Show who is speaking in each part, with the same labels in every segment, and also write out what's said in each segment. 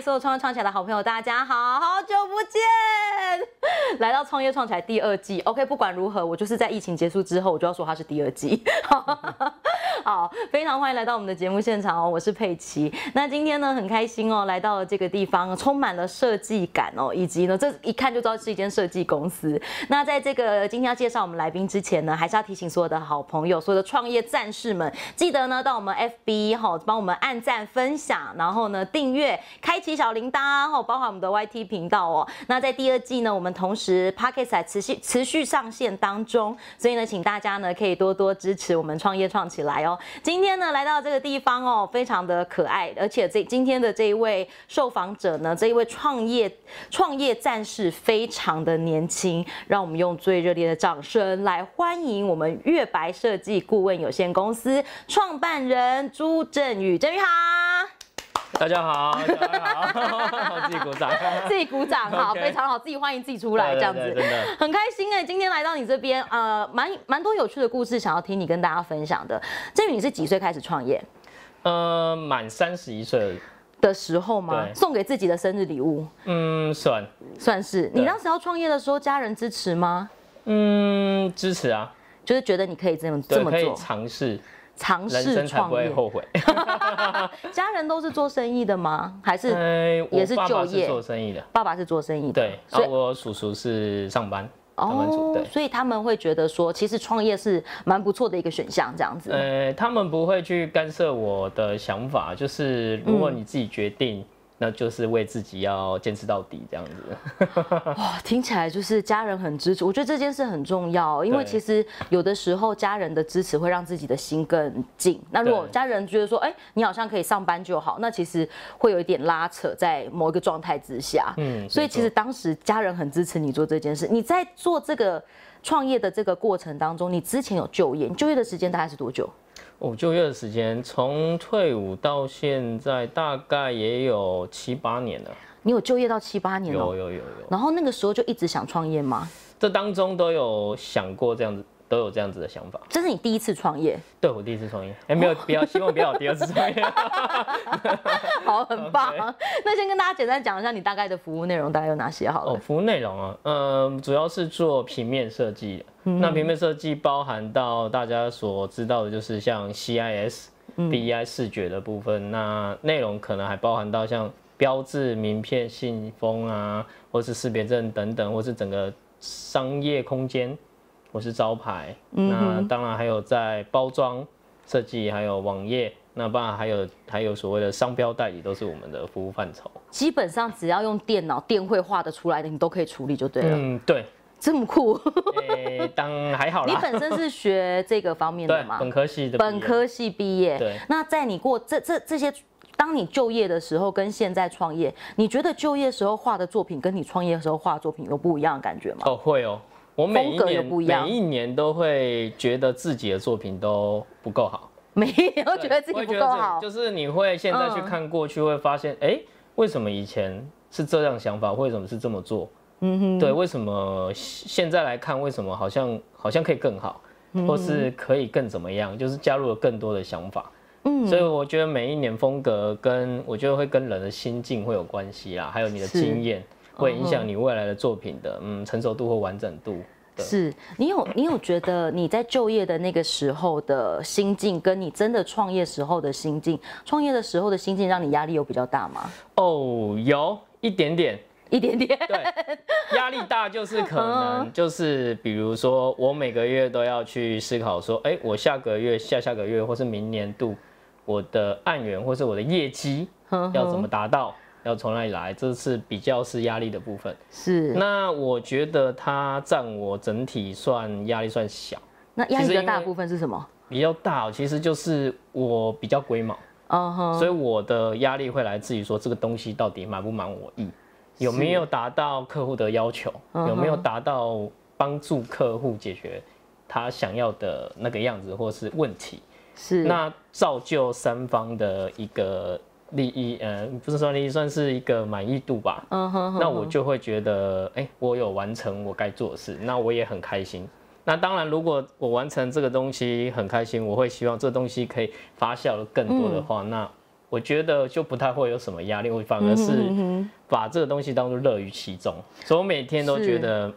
Speaker 1: 所有创业创起来的好朋友，大家好，好久不见！ 来到创业创起来第二季，OK，不管如何，我就是在疫情结束之后，我就要说它是第二季。 好，非常欢迎来到我们的节目现场哦，我是佩奇。那今天呢，很开心哦，来到了这个地方，充满了设计感哦，以及呢，这一看就知道是一间设计公司。那在这个今天要介绍我们来宾之前呢，还是要提醒所有的好朋友、所有的创业战士们，记得呢到我们 FB 哈、帮我们按赞、分享，然后呢订阅、开启小铃铛哈、包含我们的 YT 频道哦。那在第二季呢，我们同时 p o c k e t 在持续持续上线当中，所以呢，请大家呢可以多多支持我们创业创起来哦。今天呢，来到这个地方哦，非常的可爱，而且这今天的这一位受访者呢，这一位创业创业战士非常的年轻，让我们用最热烈的掌声来欢迎我们月白设计顾问有限公司创办人朱振宇，振宇好，
Speaker 2: 大家好，大家好，我自己鼓掌，
Speaker 1: 自己鼓掌好，
Speaker 2: OK
Speaker 1: 非常好，自己欢迎自己出来这样子
Speaker 2: 对。对对真的。
Speaker 1: 很开心哎、今天来到你这边，呃，蛮蛮多有趣的故事想要听你跟大家分享的。振宇，你是几岁开始创业
Speaker 2: 呃，满三十一岁，
Speaker 1: 的时候吗？
Speaker 2: 对
Speaker 1: 送给自己的生日礼物？
Speaker 2: 嗯，算，
Speaker 1: 算是
Speaker 2: 对
Speaker 1: 你当时要创业的时候，家人支持吗？
Speaker 2: 嗯，支持啊，
Speaker 1: 就是觉得你可以这么这
Speaker 2: 对，
Speaker 1: 么
Speaker 2: 可以
Speaker 1: 做，
Speaker 2: 尝试，
Speaker 1: 尝
Speaker 2: 人
Speaker 1: 试
Speaker 2: 生才
Speaker 1: 创
Speaker 2: 不会
Speaker 1: 业。
Speaker 2: 后悔。
Speaker 1: 家人都是做生意的吗？还是
Speaker 2: 哎
Speaker 1: 也是
Speaker 2: 我爸
Speaker 1: 就
Speaker 2: 爸
Speaker 1: 业
Speaker 2: 是做生意的，
Speaker 1: 爸爸是做生意的？
Speaker 2: 对，
Speaker 1: 所
Speaker 2: 然后
Speaker 1: 以
Speaker 2: 我叔叔是上班，上班族，
Speaker 1: 哦
Speaker 2: 对，。
Speaker 1: 所以他们会觉得说，其实创业是蛮不错的一个选项，这样子。
Speaker 2: 呃，他们不会去干涉我的想法，就是如果你自己决定，那就是为自己要坚持到底这样子。
Speaker 1: 哇，听起来就是家人很支持，我觉得这件事很重要，因为
Speaker 2: 对
Speaker 1: 其实有的时候家人的支持会让自己的心更静。那如果
Speaker 2: 对
Speaker 1: 家人觉得说，哎、你好像可以上班就好，那其实会有一点拉扯在某一个状态之下。
Speaker 2: 嗯
Speaker 1: 所以
Speaker 2: 没错
Speaker 1: 其实当时家人很支持你做这件事。你在做这个创业的这个过程当中，你之前有就业，你就业的时间大概是多久？
Speaker 2: 我就业的时间从退伍到现在大概也有七八年了，
Speaker 1: 你有就业到七八年
Speaker 2: 有
Speaker 1: 哦、
Speaker 2: 有有有，
Speaker 1: 然后那个时候就一直想创业吗？
Speaker 2: 这当中都有想过这样子，都有这样子的想法。
Speaker 1: 这是你第一次创业，
Speaker 2: 对我第一次创业，哎、没有，不要，希望不要有第二次创业。
Speaker 1: 好，很棒。那先跟大家简单讲一下你大概的服务内容大概有哪些好了。
Speaker 2: 哦，服务内容啊，嗯，主要是做平面设计的。那平面设计包含到大家所知道的，就是像 CIS、BEI E 视觉的部分。那内容可能还包含到像标志、名片、信封啊，或是识别证等等，或是整个商业空间，或是招牌。那当然还有在包装设计，还有网页。那当然还有还有所谓的商标代理，都是我们的服务范畴。
Speaker 1: 基本上只要用电脑电绘画的出来的，你都可以处理就对了。
Speaker 2: 嗯，对。
Speaker 1: 这么酷，
Speaker 2: 诶、当还好 啦。
Speaker 1: 你本身是学这个方面
Speaker 2: 对
Speaker 1: 的吗？
Speaker 2: 本科系的毕业
Speaker 1: 本科系毕业。
Speaker 2: 对
Speaker 1: 那在你过这这这些，当你就业的时候跟现在创业，你觉得就业时候画的作品跟你创业的时候画的作品有不一样的感觉吗？
Speaker 2: 哦会哦，我每一
Speaker 1: 风格有
Speaker 2: 年
Speaker 1: 不一样
Speaker 2: 每一年都会觉得自己的作品都不够好，
Speaker 1: 没有，觉得自己
Speaker 2: 会
Speaker 1: 不
Speaker 2: 觉
Speaker 1: 够
Speaker 2: 得自己
Speaker 1: 好。嗯
Speaker 2: 就是你会现在去看过去，会发现哎、诶为什么以前是这样想法，为什么是这么做？嗯哼，对，为什么现在来看，为什么好像好像可以更好，
Speaker 1: 嗯
Speaker 2: 或是可以更怎么样？就是加入了更多的想法。嗯，所以我觉得每一年风格跟我觉得会跟人的心境会有关系啦，还有你的
Speaker 1: 是嗯
Speaker 2: 经验会影响你未来的作品的嗯成熟度或完整度。对
Speaker 1: 是你有你有觉得你在就业的那个时候的心境，跟你真的创业时候的心境，创业的时候的心境让你压力有比较大吗？
Speaker 2: 哦，有一点点，
Speaker 1: 一点点。
Speaker 2: 对，压力大就是可能就是比如说，我每个月都要去思考说，哎、我下个月、下下个月或是明年度我的案源或是我的业绩
Speaker 1: 呵
Speaker 2: 要怎么达到，要从哪里来，这是比较是压力的部分。
Speaker 1: 是，那
Speaker 2: 那我觉得它占我整体算压力算小，
Speaker 1: 压力
Speaker 2: 其实
Speaker 1: 的
Speaker 2: 因为
Speaker 1: 大部分是什么？
Speaker 2: 比较大其实就是我比较龟毛。
Speaker 1: 嗯哼，
Speaker 2: 所以我的压力会来自于说这个东西到底满不满我意，有没有达到客户的要求，
Speaker 1: 嗯
Speaker 2: 有没有达到帮助客户解决他想要的那个样子或是问题，
Speaker 1: 是
Speaker 2: 那造就三方的一个利益，呃，不是说利益，算是一个满意度吧。
Speaker 1: 嗯哼，
Speaker 2: 那我就会觉得，哎、我有完成我该做的事，那我也很开心。那当然，如果我
Speaker 1: 嗯
Speaker 2: 完成这个东西很开心，我会希望这东西可以发酵的更多的话，那我觉得就不太会有什么压力，我反而
Speaker 1: 嗯
Speaker 2: 是把这个东西当做乐于其中，所以我每天都觉得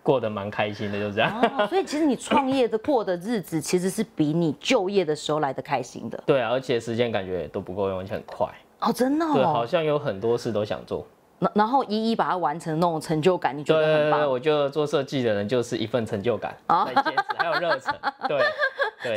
Speaker 2: 过得蛮开心的，就这样。
Speaker 1: 哦，所以其实你创业的过的日子，其实是比你就业的时候来的开心的
Speaker 2: 对啊，而且时间感觉也都不够用，而且很快。
Speaker 1: 哦，真的
Speaker 2: 对，好
Speaker 1: 哦。
Speaker 2: 像有很多事都想做。
Speaker 1: 然然后一一把它完成那种成就感，你觉
Speaker 2: 对
Speaker 1: 得
Speaker 2: 对
Speaker 1: 很
Speaker 2: 对，
Speaker 1: 棒。哦
Speaker 2: 我觉得做设计的人就是一份成就感，再坚持还有热忱。对 对，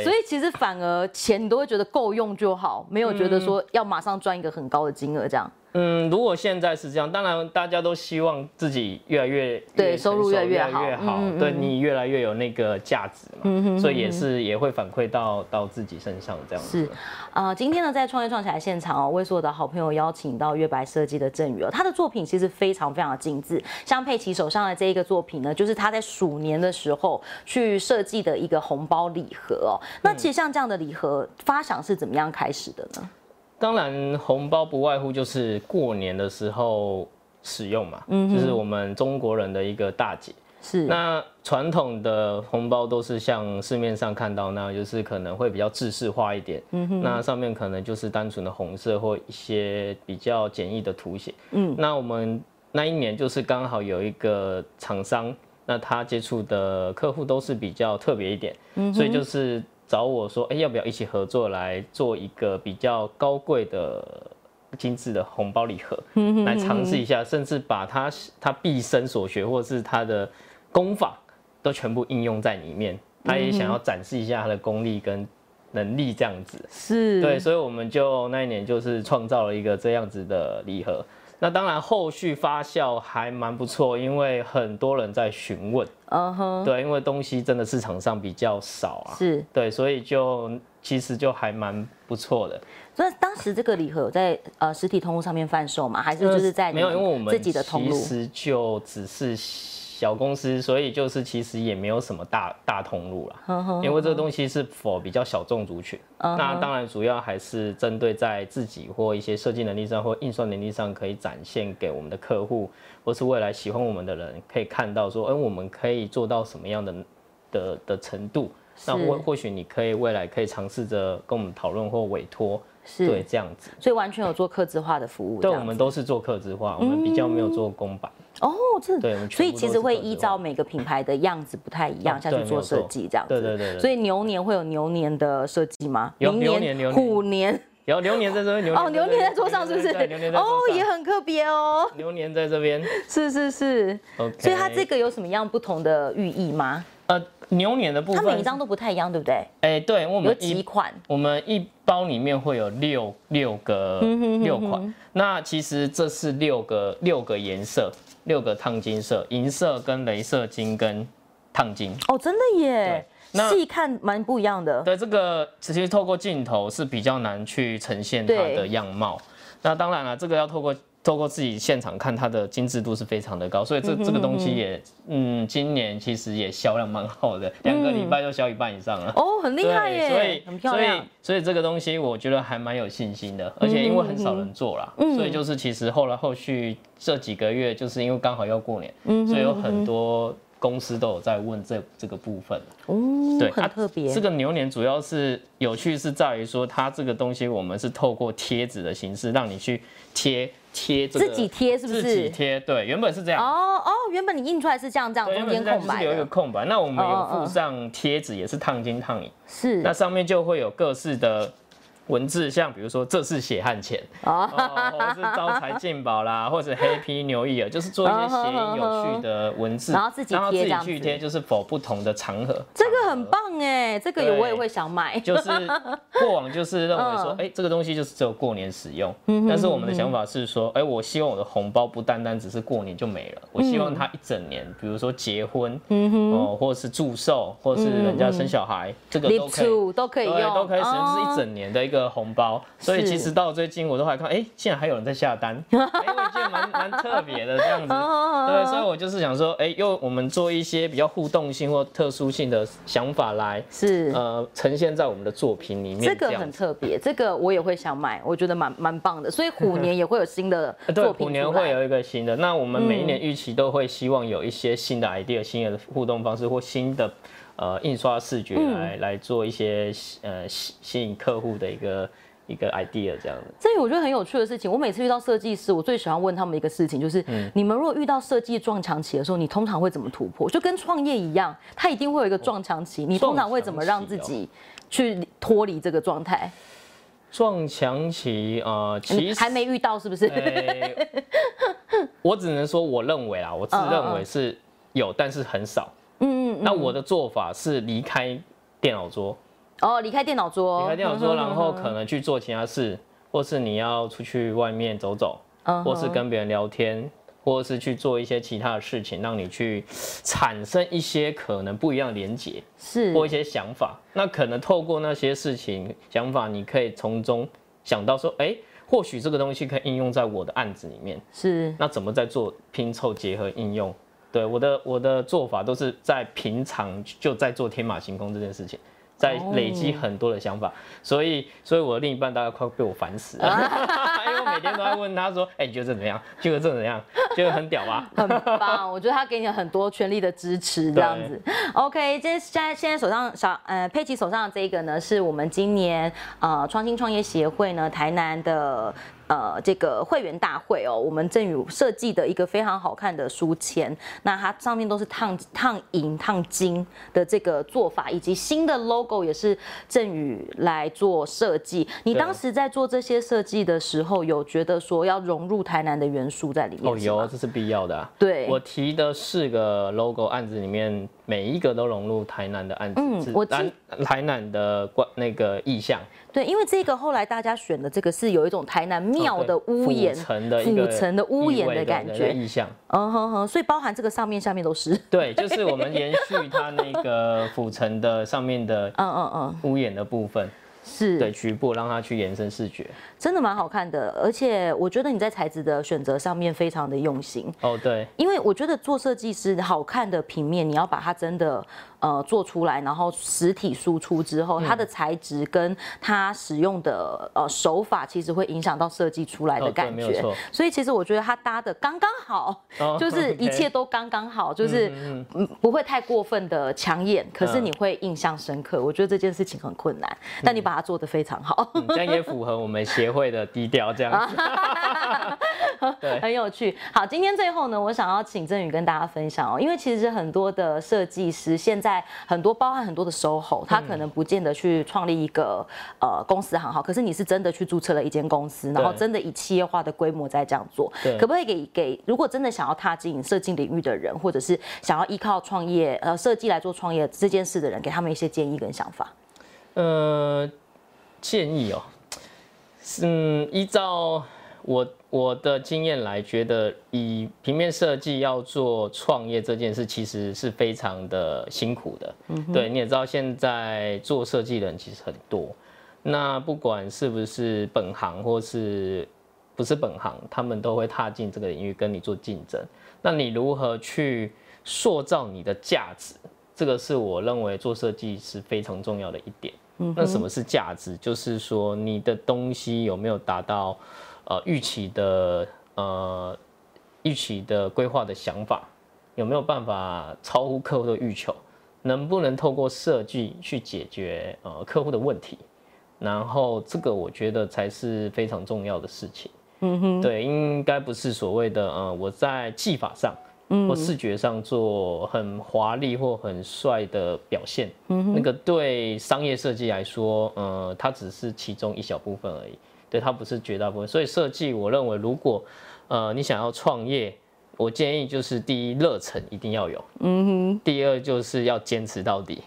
Speaker 1: 所以其实反而钱你都会觉得够用就好，没有觉得说要马上赚一个很高的金额这样。
Speaker 2: 嗯，如果现在是这样，当然大家都希望自己越来越
Speaker 1: 对
Speaker 2: 越成
Speaker 1: 收入
Speaker 2: 熟
Speaker 1: 越
Speaker 2: 越
Speaker 1: 来越好
Speaker 2: 越好
Speaker 1: 嗯嗯嗯
Speaker 2: 对你越来越有那个价值嘛，所以也是也会反馈到到自己身上这样子。
Speaker 1: 是，呃，今天呢，在创业创起来现场哦，为所有的好朋友邀请到月白设计的郑宇哦，他的作品其实非常非常的精致，像佩奇手上的这一个作品呢，就是他在鼠年的时候去设计的一个红包礼盒哦。
Speaker 2: 嗯
Speaker 1: 那其实像这样的礼盒发想是怎么样开始的呢？
Speaker 2: 当然，红包不外乎就是过年的时候使用嘛，就是我们中国人的一个大节。
Speaker 1: 嗯是，
Speaker 2: 那传统的红包都是像市面上看到那样，就是可能会比较制式化一点，
Speaker 1: 嗯
Speaker 2: 那上面可能就是单纯的红色或一些比较简易的图形。嗯，那我们那一年就是刚好有一个厂商，那他接触的客户都是比较特别一点，所以就是找我说，哎、要不要一起合作来做一个比较高贵的。精致的红包礼盒，来尝试一下，甚至把他他毕生所学或者是他的功法都全部应用在里面。他也想要展示一下他的功力跟能力这样子。
Speaker 1: 是，
Speaker 2: 对，，所以我们就那一年就是创造了一个这样子的礼盒。那当然后续发酵还蛮不错，因为很多人在询问。
Speaker 1: 嗯哼，
Speaker 2: 对，因为东西真的市场上比较少啊。
Speaker 1: 是。
Speaker 2: 对，所以就其实就还蛮不错的。
Speaker 1: 所以当时这个礼盒有在呃实体通路上面贩售嘛，还是就是在你
Speaker 2: 呃没有，因为我们
Speaker 1: 自己的通路
Speaker 2: 其？实就只是小公司，所以就是其实也没有什么大大通路啦。因为这个东西是否比较小众族群，
Speaker 1: 嗯
Speaker 2: 那当然主要还是针对在自己或一些设计能力上或运算能力上可以展现给我们的客户，或是未来喜欢我们的人可以看到说，哎、我们可以做到什么样的的的程度。那
Speaker 1: 是
Speaker 2: 或或许你可以未来可以尝试着跟我们讨论或委托，对
Speaker 1: 是，
Speaker 2: 这样子。
Speaker 1: 所以完全有做客制化的服务这
Speaker 2: 对，
Speaker 1: 样
Speaker 2: 我
Speaker 1: 子。
Speaker 2: 们都是做客制化，我们比较没有做公版。
Speaker 1: 哦，这
Speaker 2: 对我们全部
Speaker 1: 所以
Speaker 2: 都
Speaker 1: 其
Speaker 2: 是
Speaker 1: 实会
Speaker 2: 客制
Speaker 1: 依
Speaker 2: 化
Speaker 1: 照每个品牌的样子不太一样
Speaker 2: 哦
Speaker 1: 下去
Speaker 2: 对没
Speaker 1: 做
Speaker 2: 有
Speaker 1: 设
Speaker 2: 错
Speaker 1: 计，这样子。
Speaker 2: 对对对对
Speaker 1: 所以牛年会有牛年的设计吗？
Speaker 2: 有
Speaker 1: 明
Speaker 2: 牛年牛年
Speaker 1: 虎年
Speaker 2: 然后流年在这边，
Speaker 1: 哦，牛年在桌上是不是
Speaker 2: 对牛年？在
Speaker 1: 哦
Speaker 2: 桌，上，
Speaker 1: 也很特别哦，
Speaker 2: 牛年在这边。
Speaker 1: 是是是。
Speaker 2: OK，
Speaker 1: 所以它这个有什么样不同的寓意吗？
Speaker 2: 呃牛年的部
Speaker 1: 它
Speaker 2: 分，
Speaker 1: 每一张都不太一样，对不对？
Speaker 2: 哎，对，因为我
Speaker 1: 有
Speaker 2: 们
Speaker 1: 几
Speaker 2: 一
Speaker 1: 款？
Speaker 2: 我们一包里面会有六六个
Speaker 1: 嗯
Speaker 2: 六款，那其实这是六个六个颜色，六个烫金色，银色跟镭射金跟烫金。
Speaker 1: 哦，真的耶
Speaker 2: 对，那
Speaker 1: 细看蛮不一样的。
Speaker 2: 对，这个其实透过镜头是比较难去呈现它
Speaker 1: 对
Speaker 2: 的样貌。那当然了，这个要透过透过自己现场看，它的精致度是非常的高，所以这这个东西也，嗯，今年其实也销量蛮好的，两个礼拜就销一半以上了。
Speaker 1: 哦，很嗯厉害
Speaker 2: 对，所以
Speaker 1: 耶，很漂
Speaker 2: 所
Speaker 1: 亮嗯
Speaker 2: 以。所以这个东西我觉得还蛮有信心的，而且因为很少人做啦，所以就是其实后来后续这几个月，就是因为刚好要过年，
Speaker 1: 嗯
Speaker 2: 所以有很多公司都有在问这这个部分。
Speaker 1: 哦，
Speaker 2: 对，
Speaker 1: 很
Speaker 2: 啊
Speaker 1: 特别
Speaker 2: 这。个牛年主要是有趣是在于说，它这个东西我们是透过贴纸的形式让你去贴贴这个
Speaker 1: 自己贴是不是
Speaker 2: 自己贴，对，原本是这样。
Speaker 1: 哦哦，原本你印出来是这样这样，
Speaker 2: 对，原
Speaker 1: 中
Speaker 2: 本
Speaker 1: 间空
Speaker 2: 是这样就是
Speaker 1: 白
Speaker 2: 留一个
Speaker 1: 的，
Speaker 2: 空白。那我们有
Speaker 1: 嗯嗯嗯
Speaker 2: 附上贴纸，也是烫金烫银，
Speaker 1: 是哦
Speaker 2: 那上面就会有各式的文字，像比如说这是血 汗钱，
Speaker 1: 哦
Speaker 2: 哦，或者是招财进 宝啦，或者黑皮牛意耳，就是做一些谐音有趣的文字，
Speaker 1: 然后自己贴
Speaker 2: 然后
Speaker 1: 这
Speaker 2: 自己
Speaker 1: 样子
Speaker 2: 去贴，就是否不同的场合。
Speaker 1: 这个很棒哎，这个
Speaker 2: 对
Speaker 1: 我也会想买。
Speaker 2: 就是过往就是认为说，
Speaker 1: 嗯
Speaker 2: 哎、这个东西就是只有过年使用。但是我们的想法是
Speaker 1: 嗯
Speaker 2: 说，哎、我希望我的红包不单单只是过年就没了，我希
Speaker 1: 嗯
Speaker 2: 望它一整年，比如说结婚，哦，或是祝寿，或是人家生小
Speaker 1: 嗯
Speaker 2: 孩，这个
Speaker 1: l i
Speaker 2: 都
Speaker 1: p
Speaker 2: 可以。
Speaker 1: two 都可以
Speaker 2: 对，
Speaker 1: 用，
Speaker 2: 都可以使用，就是一
Speaker 1: 哦
Speaker 2: 整年的一个红包。所以
Speaker 1: 是
Speaker 2: 其实到最近我都还看，哎、竟然还有人在下单， 哎、我觉得蛮蛮特别的这样子。
Speaker 1: 哦
Speaker 2: 对，所以我就是想说，哎、用我们做一些比较互动性或特殊性的想法来
Speaker 1: 是。
Speaker 2: 呃呈现在我们的作品里面。
Speaker 1: 这个
Speaker 2: 样
Speaker 1: 很
Speaker 2: 子
Speaker 1: 特别，这个我也会想买，我觉得蛮蛮棒的，所以虎年也会有新的
Speaker 2: 呃 对
Speaker 1: 作
Speaker 2: 虎
Speaker 1: 品
Speaker 2: 年
Speaker 1: 出
Speaker 2: 会
Speaker 1: 来。嗯
Speaker 2: 有一个新的，那我们每一年预期都会希望有一些新的 idea、新的互动方式或新的
Speaker 1: 嗯
Speaker 2: 呃印刷视觉来、来做一些呃吸吸引客户的一个一个 idea 这样子。
Speaker 1: 这我觉得很有趣的事情。我每次遇到设计师，我最喜欢问他们一个事情，就是、
Speaker 2: 嗯
Speaker 1: 你们如果遇到设计撞墙期的时候，你通常会怎么突破？就跟创业一样，它一定会有一个撞墙
Speaker 2: 嗯
Speaker 1: 期，你通常会怎么让自己去脱离这个状态？
Speaker 2: 撞墙期啊，呃其
Speaker 1: 你
Speaker 2: 实
Speaker 1: 还没遇到是不是？
Speaker 2: 诶我只能说我认为啦，我自认为是有，但是很少。
Speaker 1: 嗯嗯嗯嗯。
Speaker 2: 那我的做法是离开电脑桌，
Speaker 1: 哦，离开电脑桌，
Speaker 2: 离开电脑
Speaker 1: 嗯
Speaker 2: 桌，
Speaker 1: 哼
Speaker 2: 然后可能去做其他事，或是你要出去外面走走，
Speaker 1: 嗯哼
Speaker 2: 或是跟别人聊天，或是去做一些其他的事情，让你去产生一些可能不一样的连结
Speaker 1: 是
Speaker 2: 或一些想法。那可能透过那些事情想法，你可以从中想到说，哎、或许这个东西可以应用在我的案子里面。
Speaker 1: 是
Speaker 2: 那怎么再做拼凑结合应用？对我的我的做法都是在平常就在做天马行空这件事情，在
Speaker 1: 哦
Speaker 2: 累积很多的想法，所以所以我的另一半大概快被我烦死了， 因为我每天都在问他说，哎、你觉得这怎么样？觉得这怎样？觉得很屌吧？
Speaker 1: 很棒，我觉得他给你很多权力的支持，这样子。OK，这现在现在手上小呃佩奇手上的这一个呢，是我们今年呃创新创业协会呢台南的。呃，这个会员大会哦，我们振宇设计的一个非常好看的书签，那它上面都是烫烫银、烫金的这个做法，以及新的 logo 也是振宇来做设计。你
Speaker 2: 对
Speaker 1: 当时在做这些设计的时候，有觉得说要融入台南的元素在里面
Speaker 2: 哦，
Speaker 1: 是吗
Speaker 2: 有，这是必要的、啊。
Speaker 1: 对
Speaker 2: 我提的四个 logo 案子里面，每一个都融入台南的案子，
Speaker 1: 嗯
Speaker 2: 是
Speaker 1: 我记
Speaker 2: 台台南的关那个意象，
Speaker 1: 对，因为这个后来大家选的这个是有一种台南庙的屋檐，
Speaker 2: 哦府城的一个
Speaker 1: 府城的屋檐
Speaker 2: 意味
Speaker 1: 的感
Speaker 2: 对
Speaker 1: 觉，
Speaker 2: 意象。
Speaker 1: 嗯哼哼，所以包含这个上面下面都是，
Speaker 2: 对，就是我们延续它那个府城的上面的
Speaker 1: 嗯嗯嗯，
Speaker 2: 屋檐的部分，对
Speaker 1: 是，
Speaker 2: 局部让它去延伸视觉。
Speaker 1: 真的蛮好看的，而且我觉得你在材质的选择上面非常的用心。
Speaker 2: 哦，对，
Speaker 1: 因为我觉得做设计师好看的平面，你要把它真的呃做出来，然后实体输出之后，
Speaker 2: 嗯
Speaker 1: 它的材质跟它使用的呃手法，其实会影响到设计出来
Speaker 2: 哦
Speaker 1: 的
Speaker 2: 对
Speaker 1: 感
Speaker 2: 没有
Speaker 1: 觉。
Speaker 2: 错
Speaker 1: 所以其实我觉得它搭的刚刚好，
Speaker 2: 哦
Speaker 1: 就是一
Speaker 2: OK
Speaker 1: 切都刚刚好，就是嗯不会太过分的抢眼，可是
Speaker 2: 嗯
Speaker 1: 你会印象深刻。我觉得这件事情很困难，但你把它做得非常好。
Speaker 2: 嗯这样也符合我们协会的低调，这
Speaker 1: 啊
Speaker 2: 样子。对
Speaker 1: 很有趣。好，今天最后呢，我想要请振宇跟大家分享哦，因为其实很多的设计师现在很多包含很多的 SOHO，他
Speaker 2: 嗯
Speaker 1: 可能不见得去创立一个呃公司行号，可是你是真的去注册了一间公司，然后
Speaker 2: 对
Speaker 1: 真的以企业化的规模在这样做，
Speaker 2: 对
Speaker 1: 可不可以给给如果真的想要踏进设计领域的人，或者是想要依靠创业呃设计来做创业这件事的人，给他们一些建议跟想法？
Speaker 2: 呃，建议哦，嗯，依照我我的经验来，觉得以平面设计要做创业这件事，其实是非常的辛苦的。嗯、对，你也知道，现在做设计的人其实很多，那不管是不是本行或是不是本行，他们都会踏进这个领域跟你做竞争。那你如何去塑造你的价值？这个是我认为做设计是非常重要的一点。那什么是价值？就是说你的东西有没有达到呃预期的呃预期的规划的想法，有没有办法超乎客户的欲求？能不能透过设计去解决呃客户的问题？然后这个我觉得才是非常重要的事情。嗯哼，对，应该不是所谓的呃我在技法上。或视觉上做很华丽或很帅的表现，那个对商业设计来说，呃，它只是其中一小部分而已，对，它不是绝大部分。所以设计，我认为如果呃你想要创业，我建议就是第一，热忱一定要有，嗯哼，第二就是要坚持到底，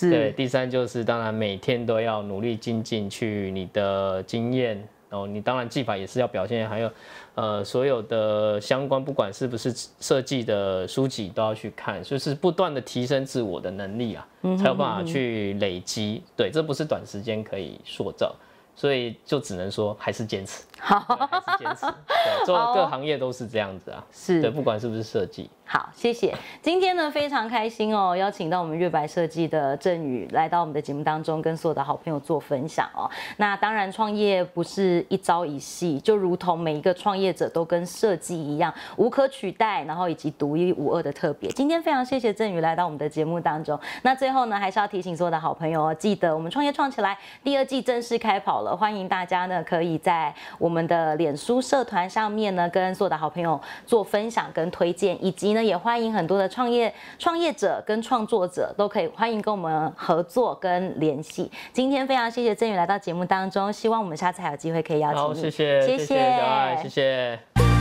Speaker 2: 对，
Speaker 1: 是
Speaker 2: 第三就是当然每天都要努力精进去你的经验，然后你当然技法也是要表现，还有呃所有的相关不管是不是设计的书籍都要去看，就是不断的提升自我的能力啊，
Speaker 1: 嗯
Speaker 2: 才有办法去累积。对，这不是短时间可以塑造。所以就只能说还是 坚持，好，还是坚持。对，做各行业都是这样子啊，
Speaker 1: 哦是
Speaker 2: 对，不管是不是设计，
Speaker 1: 好，谢谢。今天呢非常开心哦，邀请到我们月白设计的郑宇来到我们的节目当中，跟所有的好朋友做分享哦。那当然，创业不是一朝一夕，就如同每一个创业者都跟设计一样，无可取代，然后以及独一无二的特别。今天非常谢谢郑宇来到我们的节目当中。那最后呢，还是要提醒所有的好朋友哦，记得我们创业创起来第二季正式开跑了，欢迎大家呢可以在我们的脸书社团上面呢跟所有的好朋友做分享跟推荐，以及呢也欢迎很多的创业创业者跟创作者都可以欢迎跟我们合作跟联系。今天非常谢谢郑宇来到节目当中，希望我们下次还有机会可以邀请
Speaker 2: 好，
Speaker 1: 你。
Speaker 2: 谢谢，
Speaker 1: 谢
Speaker 2: 谢谢小爱，谢谢。